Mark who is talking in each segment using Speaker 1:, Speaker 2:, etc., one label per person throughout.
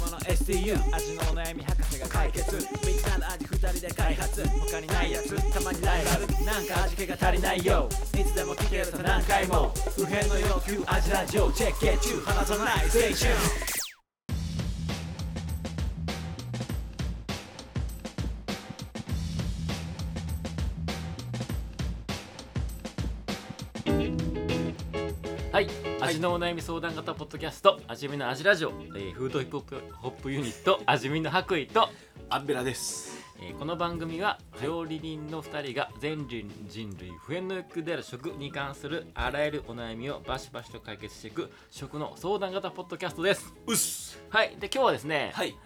Speaker 1: もの STU
Speaker 2: 味のお悩み博士が
Speaker 1: 解
Speaker 2: 解決
Speaker 1: 決みんなの味二人で開発他にないやつたまにライバルなんか味気が足りないよいつでも聞けると何回も不変の要求味ラジオチェックゲッチュー離さないステーション
Speaker 3: はい、味のお悩み相談型ポッドキャスト、味見の味ラジオ、えーフードヒップホップホップユニット、味見の白衣と、
Speaker 4: アンベラです
Speaker 3: えーこの番組は料理人の2人が全人人類不変の欲求である食に関するあらゆるお悩みをバシバシと解決していく食の相談型ポッドキャストです。
Speaker 4: うっす
Speaker 3: はい、で今日はですね、
Speaker 4: はい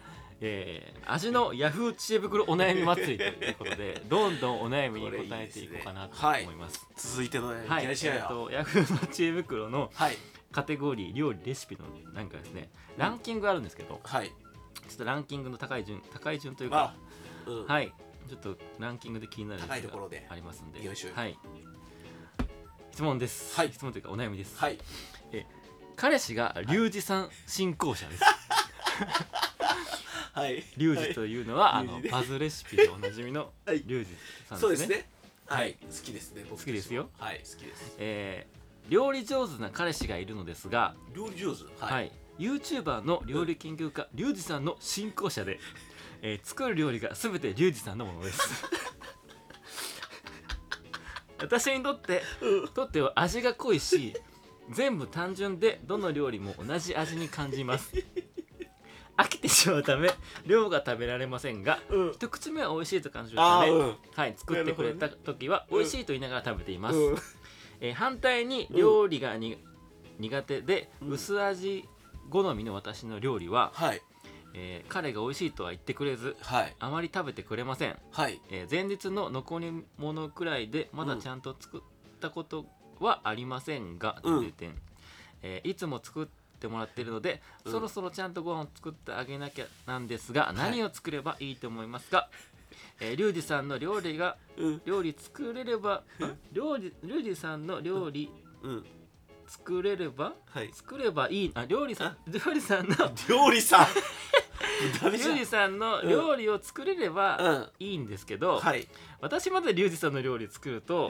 Speaker 3: えー味のヤフー知恵袋お悩み祭りということで、どんどんお悩みに答えていこうかなと
Speaker 4: これいいですね
Speaker 3: 思います。
Speaker 4: 続いてのねいき
Speaker 3: は、
Speaker 4: ないりしよう
Speaker 3: えっ
Speaker 4: よ
Speaker 3: とヤフーの知恵袋の
Speaker 4: はい
Speaker 3: カテゴリー料理レシピのなんかですねランキングあるんですけど
Speaker 4: はい
Speaker 3: ちょっとランキングの高い順高い順という
Speaker 4: ま
Speaker 3: か
Speaker 4: あうん
Speaker 3: はいちょっとランキングで気になるやつが
Speaker 4: 高いところで
Speaker 3: ありますんで
Speaker 4: よいしょ
Speaker 3: はい質問です、
Speaker 4: はい
Speaker 3: 質問というかお悩みです、
Speaker 4: はい
Speaker 3: 彼氏がリュウジさん信仰者です、
Speaker 4: はい
Speaker 3: リュウジというのは、
Speaker 4: はい
Speaker 3: あ
Speaker 4: リュ
Speaker 3: の
Speaker 4: ウジね
Speaker 3: バズレシピでおなじみの
Speaker 4: はい
Speaker 3: リュウジさんですね
Speaker 4: そうですね
Speaker 3: はい
Speaker 4: はい好きですね僕
Speaker 3: 好きですよ
Speaker 4: はい好きです
Speaker 3: えー料理上手な彼氏がいるのですが、
Speaker 4: 料理上手
Speaker 3: はい YouTuber の料理研究家、リュウジさんの信仰者で、 えー作る料理が全てリュウジさんのものです 私にとって、とっては味が濃いし全部単純でどの料理も同じ味に感じ ます飽きてしまうため量が食べられませんが、
Speaker 4: うん
Speaker 3: 一口目は美味しいと感じる
Speaker 4: あ
Speaker 3: ため、
Speaker 4: ーうん
Speaker 3: はい、作ってくれた時は
Speaker 4: ん
Speaker 3: 美味しいと言いながら食べています、
Speaker 4: うん
Speaker 3: えー反対に料理がに、苦手で薄味好みの私の料理は、
Speaker 4: はい
Speaker 3: えー彼が美味しいとは言ってくれず
Speaker 4: はい
Speaker 3: あまり食べてくれません、
Speaker 4: はい
Speaker 3: えー前日の残り物くらいでまだちゃんと作ったことはありませんが、
Speaker 4: うん
Speaker 3: 点々点えーいつも作ってもらっているので、
Speaker 4: うん
Speaker 3: そろそろちゃんとご飯を作ってあげなきゃなんですが何を作ればいいと思いますか、えーリュウジさんの料理が
Speaker 4: うん
Speaker 3: 料理作れればあ料理リュウジさんの料理
Speaker 4: うん
Speaker 3: 作れれば
Speaker 4: はい
Speaker 3: 作ればいいあ料理さん 料理さんの
Speaker 4: 料理さん ダメじ
Speaker 3: リ
Speaker 4: ゃ
Speaker 3: ュウ
Speaker 4: ん
Speaker 3: ジさんの料理を作れれば
Speaker 4: うん
Speaker 3: いいんですけど、
Speaker 4: はい
Speaker 3: 私までリュウジさんの料理作 ると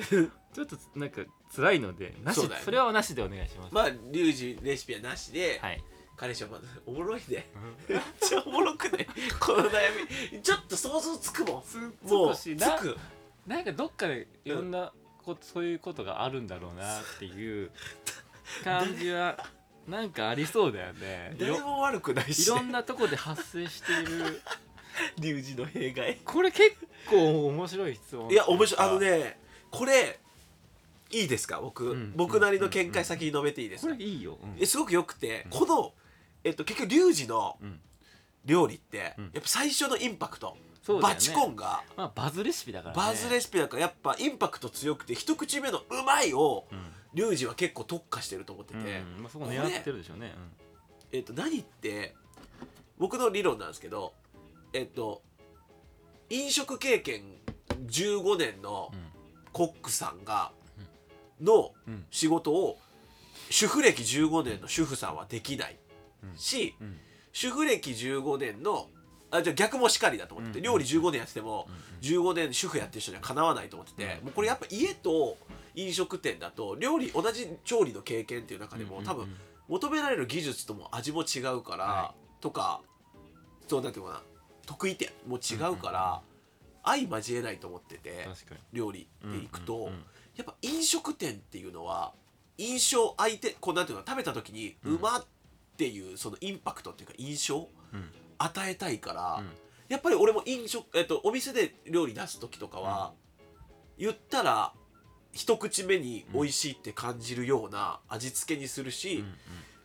Speaker 3: ちょっとなんか辛いのでなし
Speaker 4: そ
Speaker 3: そう
Speaker 4: だよね
Speaker 3: れはなしでお願いします、
Speaker 4: まあリュウジレシピはなしで
Speaker 3: はい
Speaker 4: 彼氏はまだおもろいねめっちゃおもろくないこの悩みちょっと想像つくもん
Speaker 3: つ
Speaker 4: も
Speaker 3: も
Speaker 4: う
Speaker 3: う
Speaker 4: つ
Speaker 3: つく
Speaker 4: く
Speaker 3: なんかどっかでいろんなこ、そういうことがあるんだろうなっ ていう感じはなんかありそうだよねいろ
Speaker 4: 誰も悪くない
Speaker 3: い
Speaker 4: し
Speaker 3: ろんなとこで発生している
Speaker 4: リュウジの弊害
Speaker 3: これ結構面白い質問
Speaker 4: いや面白いあのねこれいいですか僕、
Speaker 3: ん
Speaker 4: 僕なりの見解先に述べていいです
Speaker 3: こ
Speaker 4: か、
Speaker 3: れいいよ、うん
Speaker 4: えすごくよくて、この、えっと、結局リュウジの
Speaker 3: うん
Speaker 4: 料理って、
Speaker 3: うん
Speaker 4: やっぱ最初のインパクト、
Speaker 3: そうだ
Speaker 4: バ
Speaker 3: よね
Speaker 4: チコンが
Speaker 3: まあバズレシピだから、ね、
Speaker 4: バズレシピだからやっぱインパクト強くて一口目の「うまい」を
Speaker 3: うん
Speaker 4: リュウジは結構特化してると思ってて、
Speaker 3: うんまあ、そこ狙ってるでしょうね、
Speaker 4: えっと何って僕の理論なんですけどえっと飲食経験15年の
Speaker 3: うん
Speaker 4: コックさんがの
Speaker 3: うん
Speaker 4: 仕事を主婦歴15年の主婦さんはできない
Speaker 3: うん
Speaker 4: し
Speaker 3: うん
Speaker 4: 主婦歴15年のあじゃあ逆もしかりだと思ってて
Speaker 3: うん
Speaker 4: 料理15年やってても
Speaker 3: うん
Speaker 4: 15年主婦やってる人にはかなわないと思ってて
Speaker 3: うん
Speaker 4: もうこれやっぱ家と飲食店だと料理同じ調理の経験っていう中
Speaker 3: うん
Speaker 4: でも多分
Speaker 3: うん
Speaker 4: 求められる技術とも味も違うから、
Speaker 3: は
Speaker 4: とかそうなんていうのかな得意点も違うから、相交えないと思ってて
Speaker 3: 確か
Speaker 4: 料理で
Speaker 3: に
Speaker 4: いくと、
Speaker 3: うんうんうん
Speaker 4: やっぱ飲食店っていうのは印象相手こうなんていうの食べた時に
Speaker 3: うん
Speaker 4: うまっていうそのインパクトっていうか印象
Speaker 3: うん
Speaker 4: 与えたいから、
Speaker 3: うん
Speaker 4: やっぱり俺も飲食、えっと、お店で料理出す時とかは、言ったら一口目に美味しいって感じるような味付けにするし、
Speaker 3: うん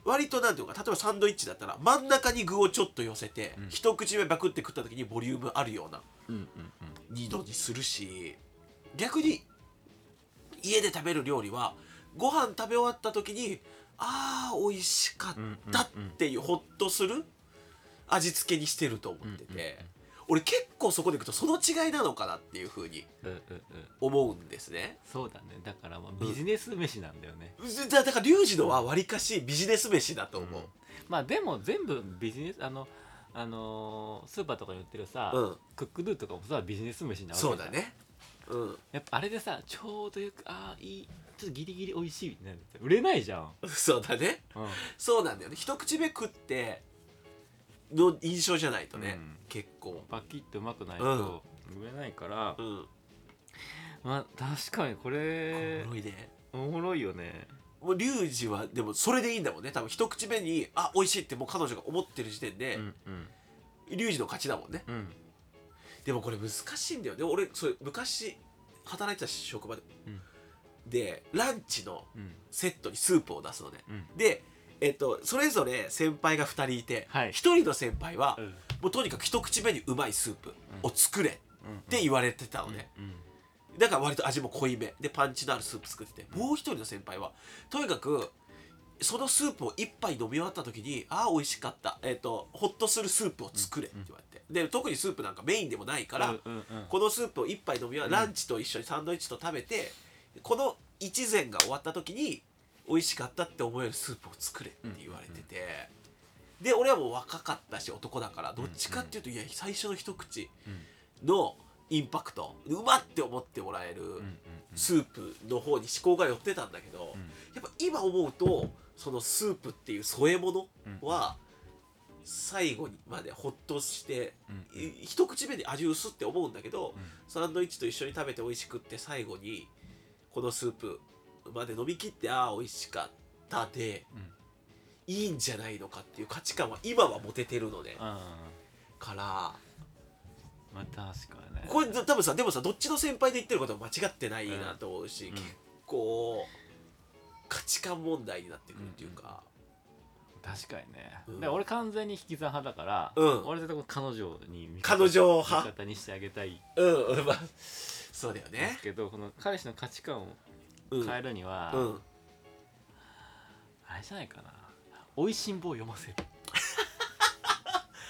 Speaker 4: 割となんていうのか例えばサンドイッチだったら真ん中に具をちょっと寄せて、
Speaker 3: ん
Speaker 4: 一口目バクって食った時にボリュームあるような
Speaker 3: うんうんうんうん
Speaker 4: 二度にするし逆に家で食べる料理はご飯食べ終わった時にあー美味しかったっていうほっとする味付けにしてると思って
Speaker 3: うんうんうん
Speaker 4: て俺結構そこでいくとその違いなのかなっていうふうに
Speaker 3: うんうんうん
Speaker 4: 思うんですね
Speaker 3: そうだねだからまあビジネス飯なんだよね、
Speaker 4: だだからリュウジのはわりかしビジネス飯だと思う
Speaker 3: まあでも全部ビジネスあのあのースーパーとかに売ってるさ、
Speaker 4: うん
Speaker 3: クックドゥとかもさビジネス飯なわけじゃ
Speaker 4: そ
Speaker 3: ん
Speaker 4: うだねうん
Speaker 3: やっぱあれでさちょうどよくああいいちょっとギリギリ美味しいみたいな売れないじゃん、
Speaker 4: そうだね
Speaker 3: うん、
Speaker 4: そうなんだよね一口目食っての印象じゃないとね、
Speaker 3: うん
Speaker 4: 結構
Speaker 3: パキッとうまくないと売れないから、
Speaker 4: うん
Speaker 3: まあ確かにこれ
Speaker 4: おもろいね
Speaker 3: おもろいよね
Speaker 4: もうリュウジはでもそれでいいんだもんね多分一口目にあ美味しいってもう彼女が思ってる時点で、
Speaker 3: うんうん
Speaker 4: リュウジの勝ちだもんね
Speaker 3: うん
Speaker 4: でもこれ難しいんだよね俺それ昔働いてた職場で、
Speaker 3: うん
Speaker 4: でランチの
Speaker 3: うん
Speaker 4: セットにスープを出すのね、
Speaker 3: うん
Speaker 4: でえっと、それぞれ先輩が2人いて、
Speaker 3: はい
Speaker 4: 一1人の先輩は、
Speaker 3: うん
Speaker 4: もうとにかく一口目にうまいスープを作れって言われてたのね、
Speaker 3: うん
Speaker 4: だから割と味も濃いめでパンチのあるスープ作っててもう一人の先輩はとにかくそのスープを一杯飲み終わった時にああ美味しかった、えっとホッとするスープを作れって言われてで特にスープなんかメインでもないから、
Speaker 3: うんうん
Speaker 4: このスープを一杯飲み終わランチと一緒にサンドイッチと食べてこの一膳が終わった時に美味しかったって思えるスープを作れって言われてて、で俺はもう若かったし男だからどっちかっていうといや最初の一口のインパクトうまって思ってもらえるスープの方に思考が寄ってたんだけど、やっぱ今思うとそのスープっていう添え物は最後にまでほっとして、い一口目に味薄って思うんだけど、サンドイッチと一緒に食べて美味しくって最後にこのスープまで飲み切ってああ美味しかったで、いいんじゃないのかっていう価値観は今は持ててるので、
Speaker 3: あ
Speaker 4: から。
Speaker 3: ーまあ確かにね
Speaker 4: これ多分さでもさどっちの先輩で言ってることも間違ってないなと思うし、
Speaker 3: うん
Speaker 4: 結構価値観問題になってくるっていうか、
Speaker 3: 確かにね、
Speaker 4: うん
Speaker 3: で俺完全に引き算派だから、
Speaker 4: うん
Speaker 3: 俺絶対彼女に味
Speaker 4: 彼女派
Speaker 3: 味方にしてあげたい
Speaker 4: うん、うんまあそうだよ
Speaker 3: で
Speaker 4: ね
Speaker 3: すけどこの彼氏の価値観を
Speaker 4: うん、
Speaker 3: 変えるには、
Speaker 4: うん、
Speaker 3: あれじゃないかな「おいしんぼ」を読ませる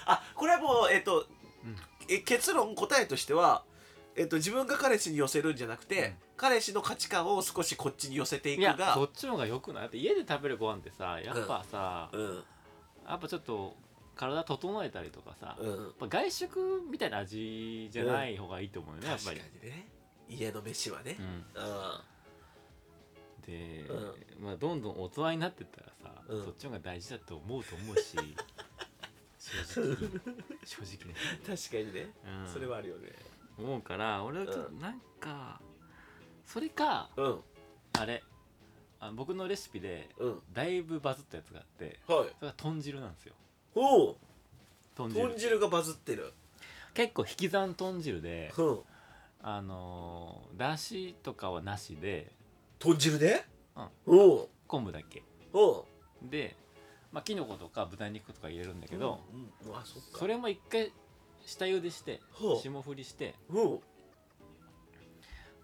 Speaker 4: あこれはもうえっと、
Speaker 3: うん
Speaker 4: え結論答えとしてはえっと、自分が彼氏に寄せるんじゃなくて、
Speaker 3: うん
Speaker 4: 彼氏の価値観を少しこっちに寄せてい
Speaker 3: い
Speaker 4: く
Speaker 3: や
Speaker 4: が
Speaker 3: そっちの方がよくないだって家で食べるご飯ってさやっぱさ、
Speaker 4: うん
Speaker 3: やっぱちょっと体整えたりとかさ、やっ
Speaker 4: うん
Speaker 3: ぱ外食みたいな味じゃない方がいいと思うよね、やっ
Speaker 4: 確
Speaker 3: ぱ
Speaker 4: か
Speaker 3: り。
Speaker 4: にね家の飯はね
Speaker 3: うん
Speaker 4: う
Speaker 3: で、
Speaker 4: う
Speaker 3: まあ、どんどん大人になってったらさ、
Speaker 4: うん
Speaker 3: そっちの方が大事だと 思うと思うし正直正直ね、
Speaker 4: ん、 確かにね、
Speaker 3: うん
Speaker 4: それはあるよね
Speaker 3: 思うから俺はちょっと
Speaker 4: う
Speaker 3: なんか、それか
Speaker 4: うん
Speaker 3: あれあ僕のレシピで
Speaker 4: うん
Speaker 3: だいぶバズったやつがあって
Speaker 4: はい
Speaker 3: それが豚汁なんですよ
Speaker 4: おお
Speaker 3: 豚汁
Speaker 4: 豚汁がバズってる
Speaker 3: 結構引き算豚汁で
Speaker 4: うん
Speaker 3: あのー、だしとかはなしで
Speaker 4: 豚汁でおう
Speaker 3: 昆布だけ
Speaker 4: おう
Speaker 3: でまあきのことか豚肉とか入れるんだけど、
Speaker 4: うんうんあそっか
Speaker 3: それも一回下茹でして
Speaker 4: ほう
Speaker 3: 霜降りして
Speaker 4: おう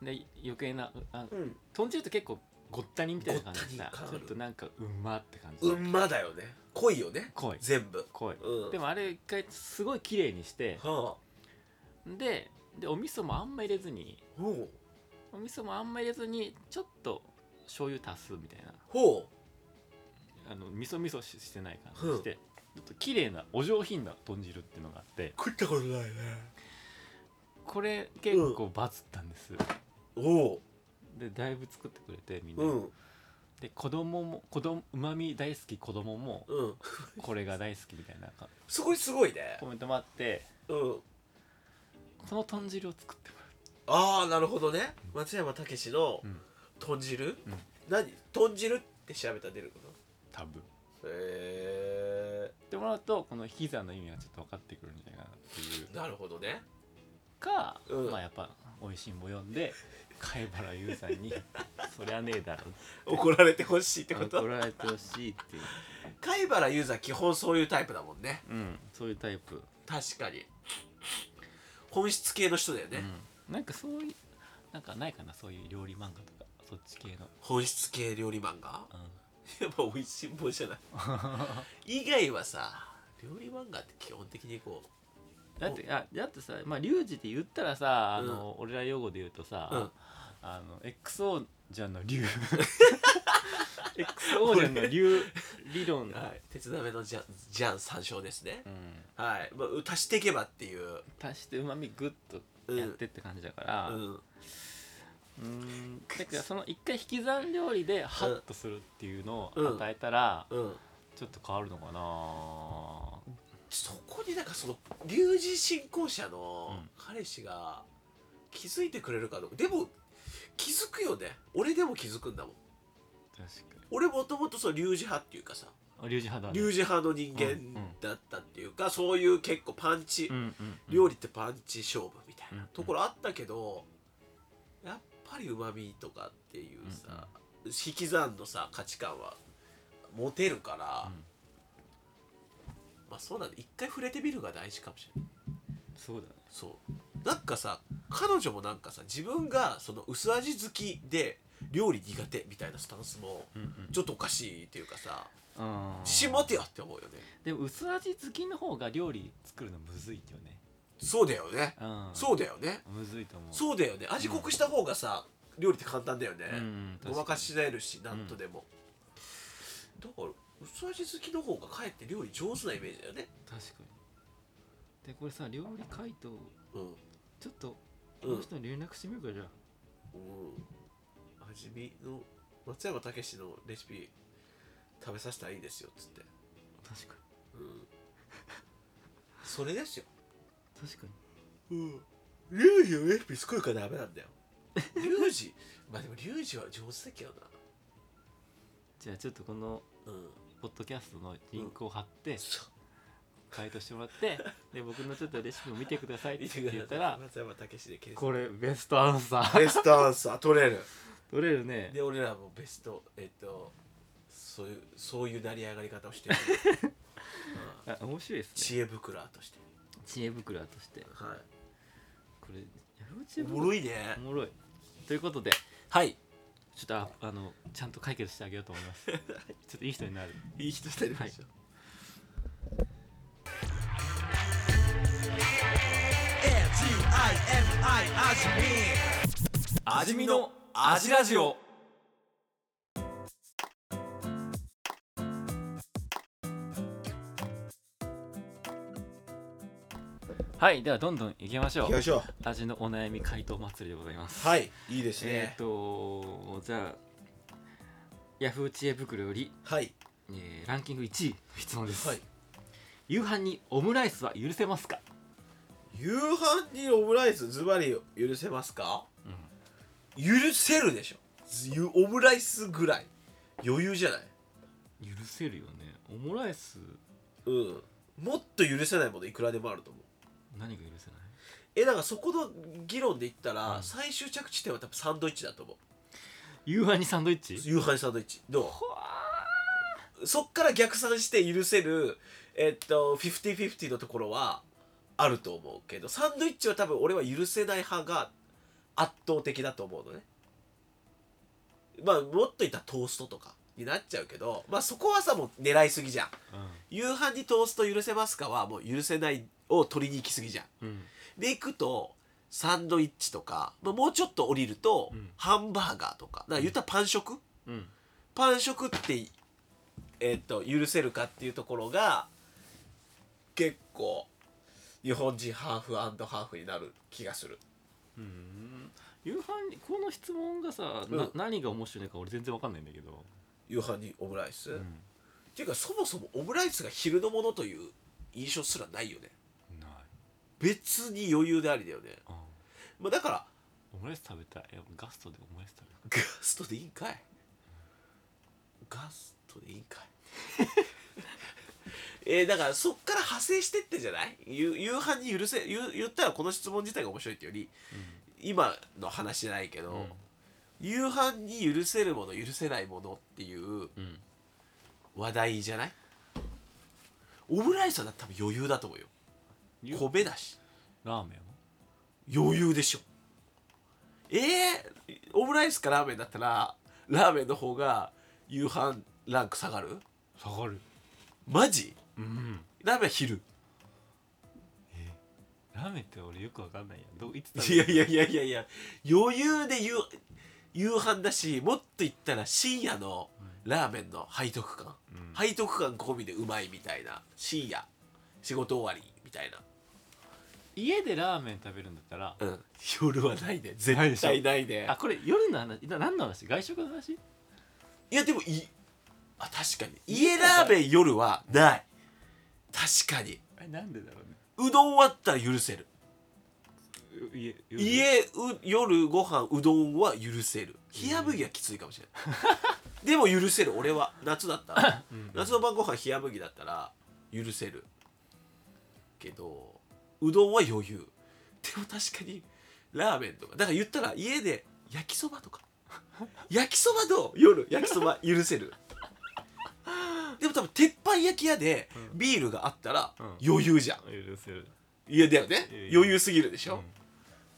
Speaker 3: で余計なあ
Speaker 4: うん
Speaker 3: 豚汁って結構ごったにみたいな感じでさ
Speaker 4: ごった
Speaker 3: ち
Speaker 4: に
Speaker 3: ょっ
Speaker 4: 感
Speaker 3: となんかうまって感じ、
Speaker 4: うんまだよね濃いよね
Speaker 3: 濃い
Speaker 4: 全部
Speaker 3: 濃い、
Speaker 4: うん
Speaker 3: でもあれ一回すごい綺麗にして
Speaker 4: はあ
Speaker 3: ででお味噌もあんま入れずに
Speaker 4: ほう
Speaker 3: お味噌もあんま入れずにちょっと醤油足すみたいな
Speaker 4: ほ
Speaker 3: あの味噌味噌ししてない感じして、ちょっと綺麗なお上品な豚汁っていうのがあって
Speaker 4: う食ったことないね
Speaker 3: これ結構バズったんです、
Speaker 4: おう
Speaker 3: でだいぶ作ってくれてみんな、
Speaker 4: うん
Speaker 3: で子供も子供うまみ大好き子供も
Speaker 4: うん
Speaker 3: これが大好きみたいなか
Speaker 4: すごいすごいね
Speaker 3: コメントもあって
Speaker 4: うん
Speaker 3: その豚汁を作ってもら
Speaker 4: ああなるほどね松山たけしの
Speaker 3: うん
Speaker 4: 豚汁
Speaker 3: うん
Speaker 4: 何豚汁って調べたら出るこ
Speaker 3: う多分
Speaker 4: とへ
Speaker 3: ってもらうとこの引き算の意味がちょっと分かってくるんじゃないかなっていう
Speaker 4: えなるほどね
Speaker 3: か、
Speaker 4: うん
Speaker 3: まあやっぱ「おいしんぼ」読んで貝原優 さんに「そりゃねえだろ」
Speaker 4: 怒られてほしいってこ
Speaker 3: 怒
Speaker 4: と
Speaker 3: られてほしいっていう、
Speaker 4: 貝原ユーザー基本そういうタイプだもんね
Speaker 3: うん、そういうタイプ、
Speaker 4: 確かに本質系の人だよね、
Speaker 3: うん、なんかそういうなんかないかなそういう料理漫画とかそっち系の、
Speaker 4: 本質系料理マンが
Speaker 3: うん、
Speaker 4: やっぱ美味しんぼじゃない 以外はさ料理漫画って基本的にこう
Speaker 3: だってあだってさまあリュウジって言ったらさあの、俺ら用語で言うとさ、
Speaker 4: うん
Speaker 3: あの XO じゃんの 竜 XO じゃんの竜理論、
Speaker 4: はい、鉄鍋のジャンジャン参照ですね
Speaker 3: う、ん、
Speaker 4: はい、まあ、足していけばっていう、
Speaker 3: 足してうまみグッとやってって感じだから、
Speaker 4: うん、
Speaker 3: うーんだからその一回引き算料理でハッとするっていうのを与えたら
Speaker 4: うん、
Speaker 3: ちょっと変わるのかな
Speaker 4: そこになんかその龍神信仰者の
Speaker 3: うん
Speaker 4: 彼氏が気づいてくれるかどうかでも気づくよね俺でも気づくんだもん
Speaker 3: 確か
Speaker 4: 俺もともとその龍神派っていうかさ
Speaker 3: に龍神肌
Speaker 4: 龍神派の人
Speaker 3: うんう
Speaker 4: 間
Speaker 3: ん
Speaker 4: だったっていうか、そういう結構パンチ、
Speaker 3: うんうん
Speaker 4: 料理ってパンチ勝負みたい
Speaker 3: うんうん
Speaker 4: なところあったけどやっぱりうまみとかっていうさ、引き算のさ価値観は持てるから、
Speaker 3: うん
Speaker 4: まあそうなんだ一回触れてみるが大事かもしれない。
Speaker 3: そうだね
Speaker 4: そうなんかさ彼女もなんかさ自分がその薄味好きで料理苦手みたいなスタンスも
Speaker 3: うんうん
Speaker 4: ちょっとおかしいっていうかさ
Speaker 3: うん
Speaker 4: 自信持てよって思うよね
Speaker 3: でも薄味好きの方が料理作るのむずいよね
Speaker 4: そうだよね
Speaker 3: うん
Speaker 4: そうだよね
Speaker 3: むずいと思う
Speaker 4: そうだよね味濃くした方がさ料理って簡単だよね
Speaker 3: うん
Speaker 4: ごまか
Speaker 3: 確
Speaker 4: しれるしなんとでもだから薄味好きの方がかえって料理上手なイメージだよね
Speaker 3: 確かにでこれさ料理回答
Speaker 4: うん
Speaker 3: ちょっとこ
Speaker 4: うん
Speaker 3: の人に連絡してみようかじゃあ
Speaker 4: うん味見の松山武史のレシピ食べさせたらいいですよっつって
Speaker 3: 確か
Speaker 4: うんそれですよ。
Speaker 3: に確かに
Speaker 4: うん。リュウジのレシピ作るからダメなんだよ。リュウジ、まあでもリュウジは上手だけど
Speaker 3: じゃあちょっとこの
Speaker 4: な。うん。
Speaker 3: ポッドキャストのリンクを貼って、
Speaker 4: そう。
Speaker 3: 回答してもら ってで僕のちょっとレシピも見てくださいって
Speaker 4: 見て
Speaker 3: 言
Speaker 4: く
Speaker 3: っ
Speaker 4: ださ
Speaker 3: た
Speaker 4: い。
Speaker 3: ら
Speaker 4: 松山武史で検索。
Speaker 3: これベストアンサ ー
Speaker 4: ベストアンサー取れる。
Speaker 3: 取れるね
Speaker 4: で、俺らもベスト、えっと、そういう、そういう成り上がり方をしてる。 うん
Speaker 3: あ面白いですね
Speaker 4: 知恵袋として。
Speaker 3: 知恵袋として
Speaker 4: は
Speaker 3: これヤフー
Speaker 4: い。
Speaker 3: 知
Speaker 4: お
Speaker 3: 恵袋
Speaker 4: もろいね
Speaker 3: お。もろいということで
Speaker 4: はい。
Speaker 3: ちょっとああのちゃんと解決してあげようと思います ちょっといい人になる
Speaker 4: いい人してるでしょ。
Speaker 3: 味見の味ラジオはいではどんどんいきましょう
Speaker 4: しょう。
Speaker 3: 味のお悩み回答祭りでございます
Speaker 4: はい。いいです
Speaker 3: えっ、。とじゃあヤフー知恵袋より、
Speaker 4: はい。
Speaker 3: えーランキング1位の質問です、
Speaker 4: はい。
Speaker 3: 夕飯にオムライスは許せますか、
Speaker 4: 夕飯にオムライスズバリ許せますか許せるでしょゆオムライスぐらい余裕じゃない
Speaker 3: 許せるよねオムライス
Speaker 4: うんもっと許せないものいくらでもあると思う
Speaker 3: 何が許せない
Speaker 4: えだからそこの議論で言ったら、
Speaker 3: うん
Speaker 4: 最終着地点は多分サンドイッチだと思う
Speaker 3: 夕飯にサンドイッチ
Speaker 4: 夕飯サンドイッチどうそっから逆算して許せるえっと50/50のところはあると思うけどサンドイッチは多分俺は許せない派が圧倒的だと思うのねまあもっと言ったらトーストとかになっちゃうけどまあそこはさもう狙いすぎじゃん夕飯にトースト許せますかはもう許せないを取りに行きすぎじゃん
Speaker 3: うん、うん、
Speaker 4: で行くとサンドイッチとか、まあ、もうちょっと降りると、
Speaker 3: うん
Speaker 4: ハンバーガーとかだから言ったらパン食、
Speaker 3: うん、
Speaker 4: パン食って、えっと許せるかっていうところが結構日本人ハーフハーフになる気がする
Speaker 3: うん、夕飯にこの質問がさ、な
Speaker 4: うん
Speaker 3: 何が面白いのか俺全然わかんないんだけど、
Speaker 4: 夕飯にオムライス、
Speaker 3: う
Speaker 4: っ、ていうかそもそもオムライスが昼のものという印象すらないよね
Speaker 3: ない
Speaker 4: 別に余裕でありだよね、
Speaker 3: うん
Speaker 4: まあ、だから
Speaker 3: オムライス食べたいいやガストでオムライス食べたい
Speaker 4: ガストでいいんかいガストでいいんかい えーだからそっから派生してってじゃないゆ夕飯に許せ言う言ったらこの質問自体が面白いっていうより、今の話じゃないけど、夕飯に許せるもの許せないものっていう
Speaker 3: うん
Speaker 4: 話題じゃないオムライスはだって多分余裕だと思うよ
Speaker 3: ゆ
Speaker 4: 米だし
Speaker 3: ラーメンは
Speaker 4: 余裕でしょえー、オムライスかラーメンだったらラーメンの方が夕飯ランク下がる
Speaker 3: 下がる
Speaker 4: マジ
Speaker 3: うん
Speaker 4: ラーメンは昼
Speaker 3: ラーメンって俺よくわかんないやどういつ食べ
Speaker 4: いやいやいやいやいや余裕で夕夕飯だしもっと言ったら深夜のラーメンの背徳感、
Speaker 3: うん
Speaker 4: 背徳感込みでうまいみたいな深夜仕事終わりみたい
Speaker 3: 家でラーメン食べるんだったら
Speaker 4: な、うん、夜はないで
Speaker 3: ないで
Speaker 4: 絶
Speaker 3: しょ
Speaker 4: 対ないで
Speaker 3: あこれ夜の話な何の話外食の話
Speaker 4: いやでもいあ確かに家ラーメン夜はない確かに
Speaker 3: えなんでだろうね
Speaker 4: うどんはあったら許せる
Speaker 3: う家夜
Speaker 4: 家う夜ご飯うどんは許せる冷や麦はきついかもしれないでも許せる俺は夏だったら、夏の晩ご飯冷や麦だったら許せるけどうどんは余裕でも確かにラーメンとかだから言ったら家で焼きそばとか焼きそばの夜焼きそば許せるでも多分鉄板焼き屋でビールがあったら
Speaker 3: うん
Speaker 4: 余裕じゃん
Speaker 3: 許せる
Speaker 4: 家だよね
Speaker 3: 余裕
Speaker 4: 余裕すぎるでしょ、
Speaker 3: うん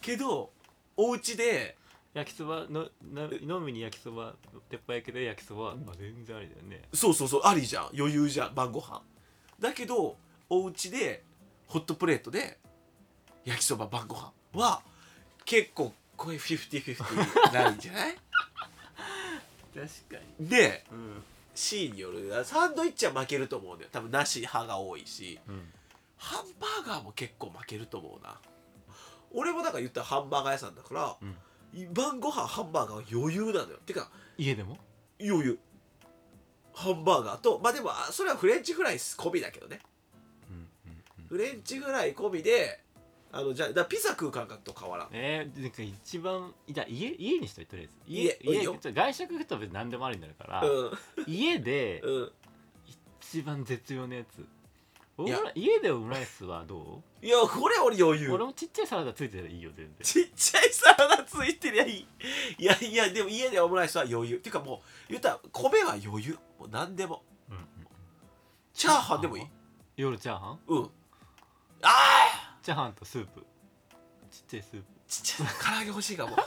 Speaker 4: けどお家で
Speaker 3: 焼きそばのな飲みに焼きそば鉄板焼きで焼きそば、あ、全然ありだよね
Speaker 4: そうそうそうありじゃん余裕じゃん晩ご飯だけどお家でホットプレートで焼きそば晩ご飯は結構これ50-50なんじゃ ない
Speaker 3: 確かに
Speaker 4: で
Speaker 3: うん、
Speaker 4: C によるサンドイッチは負けると思うんだよ多分なし派が多いしハンバーガーも結構負けると思うな俺もだから言ったらハンバーガー屋さんだから、晩ご飯ハンバーガーは余裕なのよてか
Speaker 3: 家でも
Speaker 4: 余裕ハンバーガーとまあでもあそれはフレンチフライ込みだけどねフレンチフライ込みであのじゃあだからピザ食う感覚と変わらん
Speaker 3: えー、なんか一番いや家家にしといてとりあえず
Speaker 4: 家いい
Speaker 3: 家
Speaker 4: よ
Speaker 3: ちょ外食行くと別に何でもありになるから、
Speaker 4: う
Speaker 3: 家で
Speaker 4: んうん
Speaker 3: 一番絶妙なやつオ
Speaker 4: い
Speaker 3: ム
Speaker 4: や
Speaker 3: ラ家でオムライスはど
Speaker 4: いやこれは俺余
Speaker 3: う
Speaker 4: 裕
Speaker 3: 俺もちっちゃいサラダついてたらいいよ全然
Speaker 4: ちっちゃいサラダついてりゃいいいやいやでも家でオムライスは余裕っていうかもう言ったら米は余裕もう何でもチャーハンでもいい
Speaker 3: 夜チャーハン
Speaker 4: うんああ
Speaker 3: チャーハンとスープちっちゃいスープ
Speaker 4: ちっちゃい唐揚げ欲しいかも か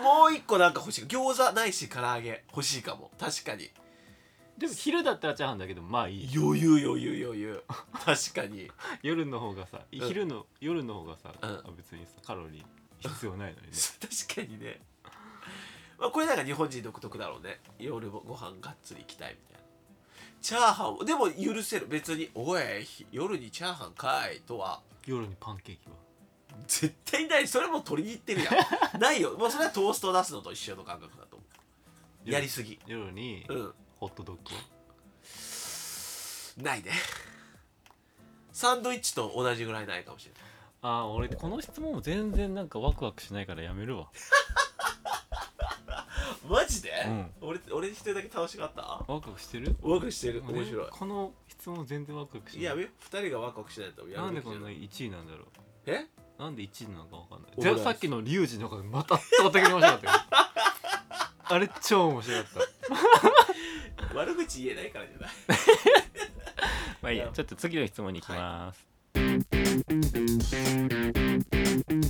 Speaker 4: もう一個なんか欲しい餃子ないし唐揚げ欲しいかも確かに
Speaker 3: でも昼だったらチャーハンだけどまあいい
Speaker 4: 余裕余裕余裕確かに
Speaker 3: 夜の方がさ昼の、夜の方がさ、
Speaker 4: うん
Speaker 3: あ別にさカロリー必要ないのにね
Speaker 4: 確かにねまあこれなんか日本人独特だろうね夜もご飯がっつり行きたいみたいなチャーハンでも許せる別に「おいひ夜にチャーハンかい」とは
Speaker 3: 夜にパンケーキは
Speaker 4: 絶対ないそれもう取りに行ってるや んないよもうそれはトースト出すのと一緒の感覚だと思うやりすぎ
Speaker 3: 夜に
Speaker 4: うん
Speaker 3: ホットドッグは
Speaker 4: ないねサンドイッチと同じぐらいないかもしれない
Speaker 3: あー俺この質問も全然なんかワクワクしないからやめるわ
Speaker 4: マジで、
Speaker 3: うん
Speaker 4: 俺俺一人だけ楽しかった
Speaker 3: ワクワクしてる
Speaker 4: ワクしてる面
Speaker 3: 俺
Speaker 4: 白い
Speaker 3: この質問全然ワクワクしない
Speaker 4: いやめ二人がワクワクしないとや
Speaker 3: な
Speaker 4: る
Speaker 3: ん
Speaker 4: べ
Speaker 3: で
Speaker 4: き
Speaker 3: こ
Speaker 4: じゃ
Speaker 3: んな
Speaker 4: ない
Speaker 3: 1位なんだろう
Speaker 4: え
Speaker 3: なんで1位なのかわかんない
Speaker 4: オム
Speaker 3: じ
Speaker 4: ライ
Speaker 3: ゃあ
Speaker 4: ス
Speaker 3: さっきのリュウジの方がまた圧倒的に面白 かったよあれ超面白かった
Speaker 4: 悪口言えないからじゃない
Speaker 3: まあいい
Speaker 4: い
Speaker 3: や
Speaker 4: や
Speaker 3: ちょっと次の質問に行きます、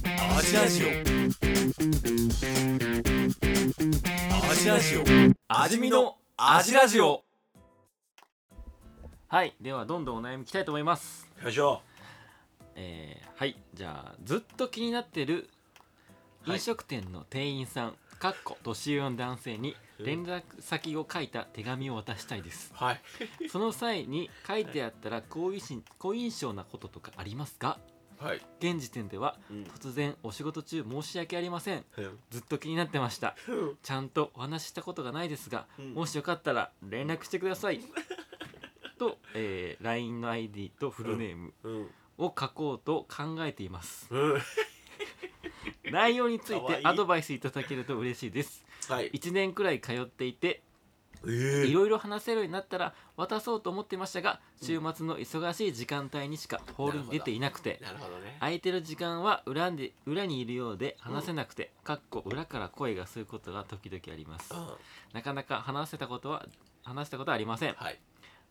Speaker 4: アジアジオアジアジオ
Speaker 3: 味見の味ラジオはいではどんどんお悩みいきたいと思います
Speaker 4: よいしょ
Speaker 3: えーはいじゃあずっと気になってる
Speaker 4: はい
Speaker 3: 飲食店の店員さん、かっこ年上の男性に連絡先を書いた手紙を渡したいです
Speaker 4: はい
Speaker 3: その際に書いてあったら好印象好印象なこととかありますか
Speaker 4: はい
Speaker 3: 現時点では
Speaker 4: うん
Speaker 3: 突然お仕事中申し訳ありませんずっと気になってましたちゃんとお話ししたことがないですが、
Speaker 4: うん
Speaker 3: もしよかったら連絡してくださいと、えー LINE の ID とフルネーム
Speaker 4: うん
Speaker 3: を書こうと考えています
Speaker 4: うん
Speaker 3: 内容につい
Speaker 4: かわい
Speaker 3: て
Speaker 4: い
Speaker 3: アドバイスいただけると嬉しいです
Speaker 4: はい
Speaker 3: 1年くらい通っていて
Speaker 4: え
Speaker 3: い
Speaker 4: ー
Speaker 3: ろいろ話せるようになったら渡そうと思ってましたが週末の忙しい時間帯にしかホールに出ていなくて
Speaker 4: なるほどね
Speaker 3: 空いてる時間は裏で裏にいるようで話せなくて、かっこ裏から声がすることが時々あります
Speaker 4: うん
Speaker 3: なかなか話せたことは話したことはありません
Speaker 4: はい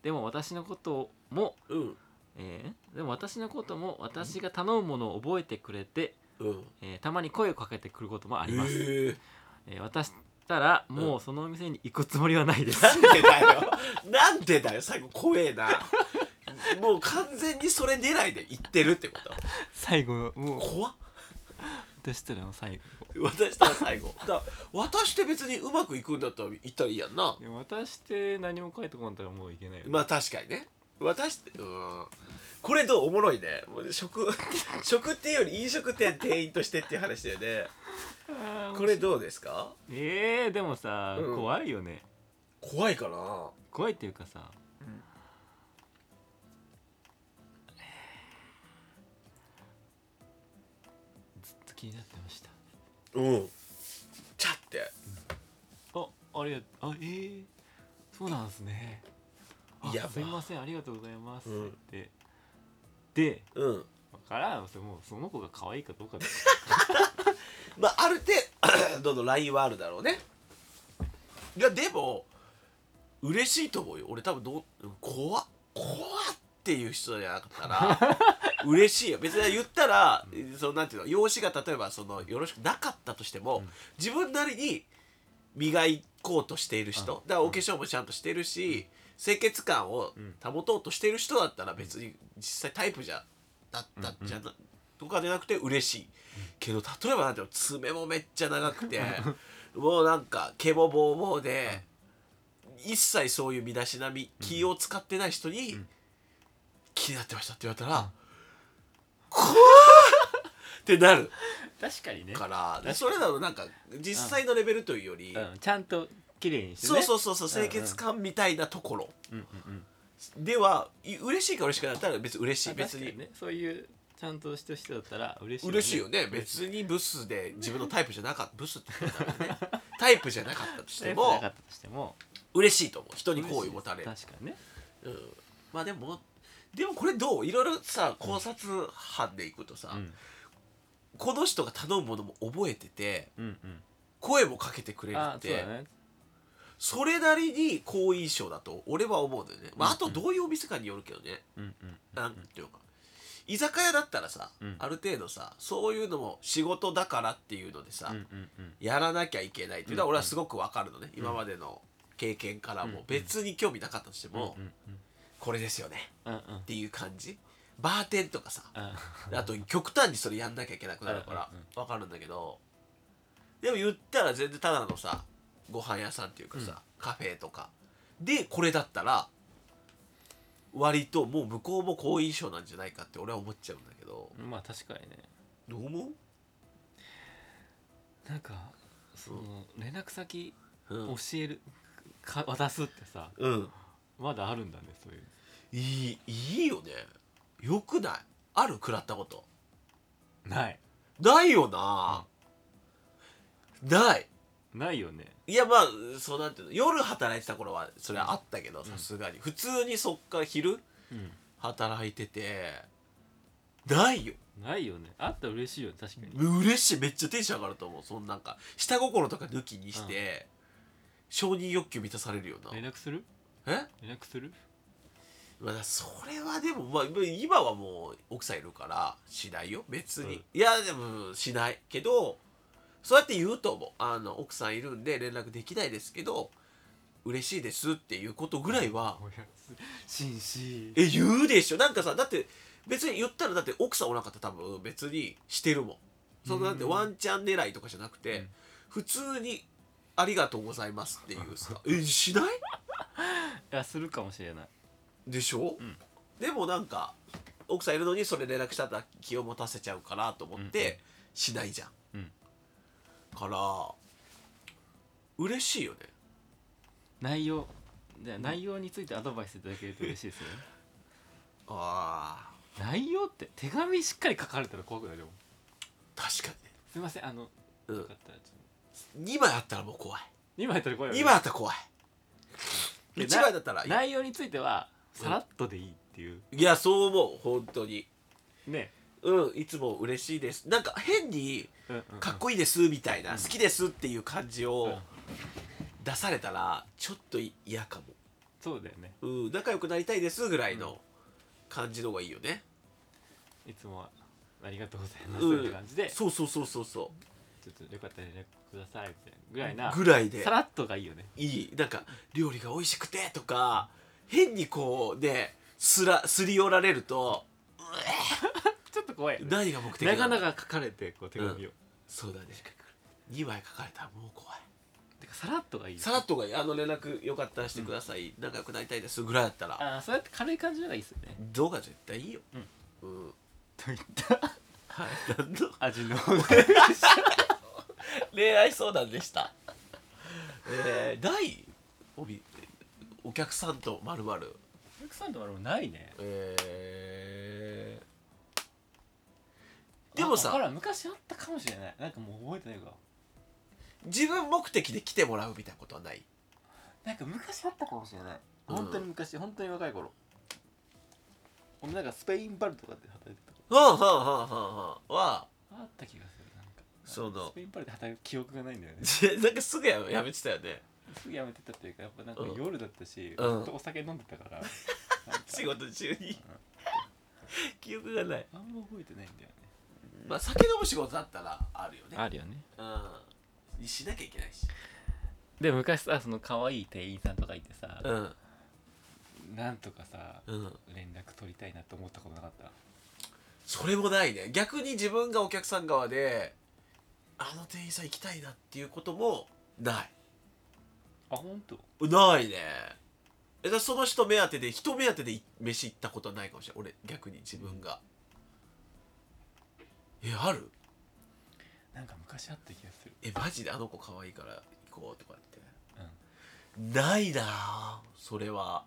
Speaker 3: でも私のことも、
Speaker 4: うん
Speaker 3: えーでも私のことも私が頼むものを覚えてくれて、
Speaker 4: うん
Speaker 3: えーたまに声をかけてくることもあ
Speaker 4: あ
Speaker 3: ります、
Speaker 4: えー
Speaker 3: えー私たらもうそのお店に行くつもりはないです
Speaker 4: なんでだよなんでだよ最後怖えなもう完全にそれ狙いで言ってるってこと
Speaker 3: 最後もう
Speaker 4: 怖っ
Speaker 3: 私たらの最後
Speaker 4: 渡したら最後だ渡して別にうまくいくんだったら行ったらいいやんな
Speaker 3: でも渡して何も書いてこなかったらもういけないよね
Speaker 4: まあ確かにね渡してうんこれどうおもろいねもう食 食っていうより飲食店店員としてっていう話だよねこれどうですか
Speaker 3: えー、でもさ、
Speaker 4: うん
Speaker 3: 怖いよね
Speaker 4: 怖いかな
Speaker 3: 怖いっていうかさ、ずっと気になってました
Speaker 4: うんちゃって
Speaker 3: あありがあえー、そうなんですねあ
Speaker 4: やば
Speaker 3: すいませんありがとうございます、
Speaker 4: うん
Speaker 3: ってで
Speaker 4: うん
Speaker 3: わからんそれもうその子が可愛いかどうかだ
Speaker 4: まあある程度 のラインはあるだろうねいやでも嬉しいと思うよ俺多分どう怖っ怖っっていう人じゃなかった ら嬉しいよ別に言ったら、そのなんていうの容姿が例えばそのよろしくなかったとしても、自分なりに磨こうとしている人、だからお化粧もちゃんとしてるし、清潔感を保とうとしている人だったら別に実際タイプじゃだったじゃな、とかじゃなくて嬉しいけど例えばなんていうの爪もめっちゃ長くてもうなんか毛もぼうぼうで、一切そういう身だしなみ気を使ってない人に、気になってましたって言われたら、怖っってなる
Speaker 3: 確かにね
Speaker 4: からでそれだとなんか実際のレベルというより、
Speaker 3: うん、ちゃんと綺麗にして
Speaker 4: そう
Speaker 3: ね
Speaker 4: そうそうそう清潔感みたいなところ、ではい嬉しいか嬉しくないかだったら別に嬉しい
Speaker 3: 別
Speaker 4: 別
Speaker 3: に
Speaker 4: に
Speaker 3: ねそういうちゃんとした人だったら嬉しい、
Speaker 4: 嬉しいよね別にブスで自分のタイプじゃなかったブスって言ったらねタイプじゃなかったとし
Speaker 3: して
Speaker 4: て
Speaker 3: もな
Speaker 4: も
Speaker 3: かったとしても
Speaker 4: 嬉しいと思う人に好意持たれる
Speaker 3: 確かにね
Speaker 4: うんまあでもでもこれどういろいろさ考察班でいくとさ、
Speaker 3: ん
Speaker 4: この人が頼むものも覚えてて
Speaker 3: うんうん
Speaker 4: 声もかけてくれる
Speaker 3: あ
Speaker 4: っ
Speaker 3: そう
Speaker 4: て
Speaker 3: だね
Speaker 4: それなりに好印象だと俺は思うんだよね、まあ、あとどういうお店かによるけどね、
Speaker 3: うんうん
Speaker 4: なんていうのか居酒屋だったらさ、
Speaker 3: ん
Speaker 4: ある程度さそういうのも仕事だからっていうのでさ、
Speaker 3: うんうんうん
Speaker 4: やらなきゃいけないっていうのは俺はすごくわかるのね、今までの経験からも別に興味なかったとしても、
Speaker 3: うん
Speaker 4: これですよね
Speaker 3: うんうん
Speaker 4: っていう感じバーテンとかさ
Speaker 3: あ
Speaker 4: あと極端にそれやんなきゃいけなくなるからわかるんだけどでも言ったら全然ただのさご飯屋さんっていうかさ、カフェとかでこれだったら割ともう向こうも好印象なんじゃないかって俺は思っちゃうんだけど
Speaker 3: まあ確かにね
Speaker 4: どう思
Speaker 3: なんかその連絡先
Speaker 4: う、う
Speaker 3: 教
Speaker 4: ん
Speaker 3: える、か渡すってさ
Speaker 4: うん、
Speaker 3: まだあるんだねそういう
Speaker 4: いいいいよねよくないある食らったこと
Speaker 3: ない
Speaker 4: ないよな、ない
Speaker 3: ないよね
Speaker 4: いやまあそうなんていうの夜働いてた頃はそれはあったけどさすがに普通にそっから昼、
Speaker 3: ん
Speaker 4: 働いててないよ
Speaker 3: ないよねあったら嬉しいよね確かに
Speaker 4: 嬉しいめっちゃテンション上がると思うそのなんか下心とか抜きにして、承認欲求満たされるよな
Speaker 3: 連絡する
Speaker 4: え
Speaker 3: 連絡する
Speaker 4: まあ、それはでも、まあ、今はもう奥さんいるからしないよ別に、いやでもしないけどそうやって言うと思うあの奥さんいるんで連絡できないですけど嬉しいですっていうことぐらいは
Speaker 3: 紳士
Speaker 4: え言うでしょなんかさだって別に言ったらだって奥さんおらんかったら多分別にしてるもんそのなんてワンチャン狙いとかじゃなくて、普通に「ありがとうございます」っていうさえしない
Speaker 3: いやするかもしれない
Speaker 4: でしょ、でもなんか奥さんいるのにそれ連絡したら気を持たせちゃうかなと思ってしないじゃん、
Speaker 3: うん
Speaker 4: から嬉しいよね
Speaker 3: 内容じゃあ内容についてアドバイスいただけると嬉しいですよね
Speaker 4: あ
Speaker 3: 内容って手紙しっかり書かれたら怖くなるよ
Speaker 4: ー確か
Speaker 3: すいませんあのよ
Speaker 4: に、
Speaker 3: かったらちょっと
Speaker 4: うん、2枚あったらもう怖い
Speaker 3: 2枚やったら怖いよね
Speaker 4: 2枚あったら怖い
Speaker 3: いや
Speaker 4: 1枚だったらいい
Speaker 3: 内容についてはさらっとでいいっていう、
Speaker 4: いやそう思う本当に
Speaker 3: ね
Speaker 4: うんいつも嬉しいですなんか変に
Speaker 3: うんうん
Speaker 4: かっこいいですみたいな、好きですっていう感じ
Speaker 3: う
Speaker 4: を
Speaker 3: ん
Speaker 4: 出されたらちょっと嫌かも
Speaker 3: そうだよね
Speaker 4: うん、仲良くなりたいですぐらいの感じの方がいいよね。
Speaker 3: いつもはありがとうございます
Speaker 4: うん
Speaker 3: って感じで、
Speaker 4: そうそうそうそうそ
Speaker 3: ちょっとよかったら連絡くださいみたいなぐらいな
Speaker 4: ぐらいで
Speaker 3: さらっとがいいよね
Speaker 4: いいなんか料理が美味しくてとか変にこうですらすり寄られると
Speaker 3: ちょっと怖いよね
Speaker 4: 何が目的
Speaker 3: なか
Speaker 4: な
Speaker 3: な
Speaker 4: の
Speaker 3: か書かれてこう手紙を、
Speaker 4: そうだね2枚書かれたらもう怖い
Speaker 3: てかさらっとがいいよ
Speaker 4: さらっとがいいあの連絡よかったらしてください、仲良くなりたいですぐらいだったら
Speaker 3: ああそうやって軽い感じのがいいですよね
Speaker 4: 動画絶対いいようん、
Speaker 3: といった
Speaker 4: はい何の
Speaker 3: 味の 方で
Speaker 4: 恋愛相談でしたえー、ない帯お客さんとまるまる
Speaker 3: お客さんともあれもないね
Speaker 4: えーでも
Speaker 3: あわか
Speaker 4: さ
Speaker 3: らん昔あったかもしれないなんかもう覚えてないか
Speaker 4: 自分目的で来てもらうみたいなことはない
Speaker 3: なんか昔あったかもしれない
Speaker 4: うん
Speaker 3: 本当に昔、本当に若い頃俺なんかスペインバルとかで働いてたこ
Speaker 4: はあはあはあはあはあは
Speaker 3: とあった気がするなんか
Speaker 4: そうだ
Speaker 3: スペインバルで働く記憶がないんだよね
Speaker 4: なんかすぐややめてたよね
Speaker 3: すぐ辞めてたっていうかやっぱなんか
Speaker 4: うん
Speaker 3: 夜だったし、
Speaker 4: うん
Speaker 3: ずっとお酒飲んで たから、
Speaker 4: 仕事中に 記憶がない
Speaker 3: あんま覚えてないんだよね
Speaker 4: まあ酒飲む仕事だったらあるよね
Speaker 3: あるよね
Speaker 4: うんしなきゃいけないし
Speaker 3: で昔さその可愛い店員さんとかいてさ、
Speaker 4: ん
Speaker 3: なんとかさ
Speaker 4: うん
Speaker 3: 連絡取りたいなと思ったことなかった
Speaker 4: それもないね逆に自分がお客さん側であの店員さん行きたいなっていうこともない
Speaker 3: あ本当
Speaker 4: ないねえだからその人目当てで人目当てでい飯行ったことはないかもしれない俺逆に自分が、えある
Speaker 3: なんか昔あった気がする
Speaker 4: えマジであの子可愛いから行こうとかって、ないなあそれは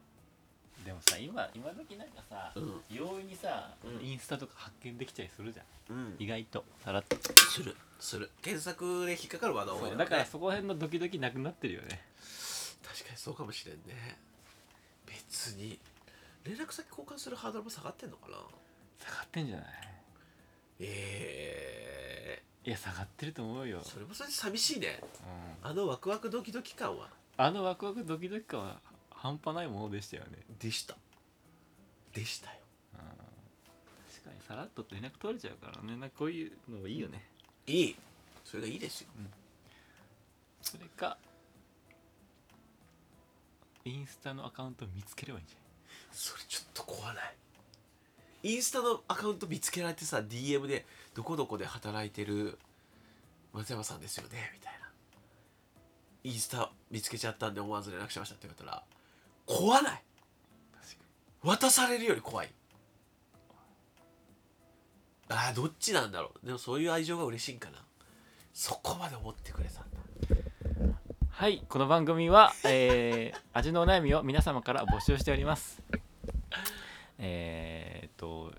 Speaker 3: でもさ今今時なんかさ、
Speaker 4: うん
Speaker 3: 容易にさ、
Speaker 4: うん
Speaker 3: インスタとか発見できたりするじゃ
Speaker 4: う
Speaker 3: ん
Speaker 4: ん
Speaker 3: 意外とさらっと
Speaker 4: するする検索で引っかかる技多い
Speaker 3: そう
Speaker 4: よね
Speaker 3: だからそこら辺のドキドキなくなってるよね
Speaker 4: 確かにそうかもしれんね別に連絡先交換するハードルも下がってんのかな
Speaker 3: 下がってんじゃない
Speaker 4: え
Speaker 3: いや下がってると思うよ
Speaker 4: ー、、それもそれで寂しいね
Speaker 3: うん、
Speaker 4: あのワクワクドキドキ感は
Speaker 3: あのワクワクドキドキ感は半端ないものでしたよね
Speaker 4: でしたでしたよ
Speaker 3: うん確かにさらっと連絡取れちゃうからねなんかこういうのもいいよね、
Speaker 4: いいそれがいいですよ
Speaker 3: それかインスタのアカウント見つければいいんじ
Speaker 4: それちょっと怖ないインスタのアカウント見つけられてさ DM で「どこどこで働いてる松山さんですよね」みたいな「インスタ見つけちゃったんで思わず連絡しました」って言われたら怖ない
Speaker 3: ゃない確か
Speaker 4: 渡されるより怖いあーどっちなんだろうでもそういう愛情が嬉しいんかなそこまで思ってくれたんだ
Speaker 3: はいこの番組は、えー 味のお悩みを皆様から募集しておりますえーっと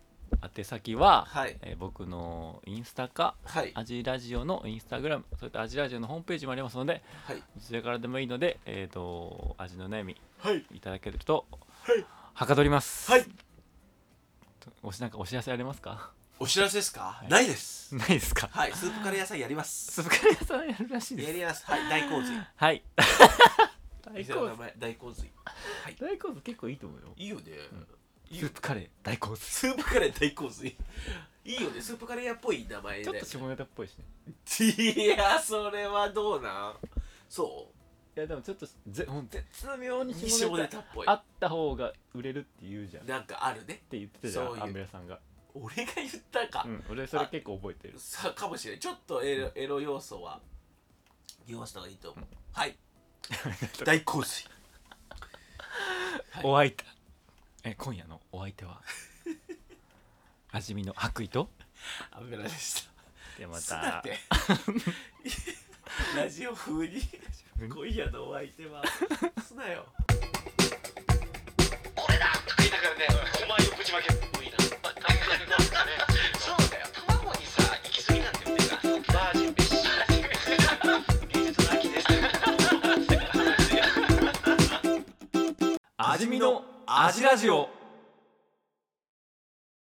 Speaker 3: 宛先は、
Speaker 4: はい
Speaker 3: えー僕のインスタか
Speaker 4: はい
Speaker 3: 味ラジオのインスタグラムそれと味ラジオのホームページもありますので
Speaker 4: はい
Speaker 3: どちらからでもいいので、えー、と味のお悩み
Speaker 4: はい
Speaker 3: いただけると、
Speaker 4: はい
Speaker 3: はかどります、
Speaker 4: はい
Speaker 3: おしなんかお知らせありますか
Speaker 4: お知らせですか、
Speaker 3: い
Speaker 4: ないです
Speaker 3: ないです か
Speaker 4: はいスープカレー屋さんやります
Speaker 3: スープカレー屋さんやるらしいです
Speaker 4: やりますはい大洪水
Speaker 3: はい。大
Speaker 4: 店の名前大洪水
Speaker 3: 大洪水結構いいと思うよ。
Speaker 4: いいよね、
Speaker 3: スープカレー大洪水。
Speaker 4: スープカレー大洪水いいよねスープカレー屋っぽい名前
Speaker 3: ちょっ
Speaker 4: で
Speaker 3: と下ネタっぽいしね。
Speaker 4: いやそれはどうなんそ
Speaker 3: いやでもちょっとぜほん絶妙に
Speaker 4: う
Speaker 3: 下
Speaker 4: 下
Speaker 3: ネ
Speaker 4: ネ
Speaker 3: タ
Speaker 4: タっぽい
Speaker 3: あった方が売れるって言うじゃん。って
Speaker 4: なんかあるね
Speaker 3: 言ってたじゃ、
Speaker 4: そういうん
Speaker 3: アンベラさんが。
Speaker 4: 俺が言ったか、
Speaker 3: うん、俺それ結構覚えてる。
Speaker 4: さかもしれないちょっとエロエロ要素は利用した方がいいと思う、はい大洪水
Speaker 3: お相手。え、今夜のお相手 は味見の白衣と。
Speaker 4: アメラでした
Speaker 3: で、ま。
Speaker 4: そうだった てラジオ風に今夜のお相手 はすなよ
Speaker 3: 味見の味ラジオ。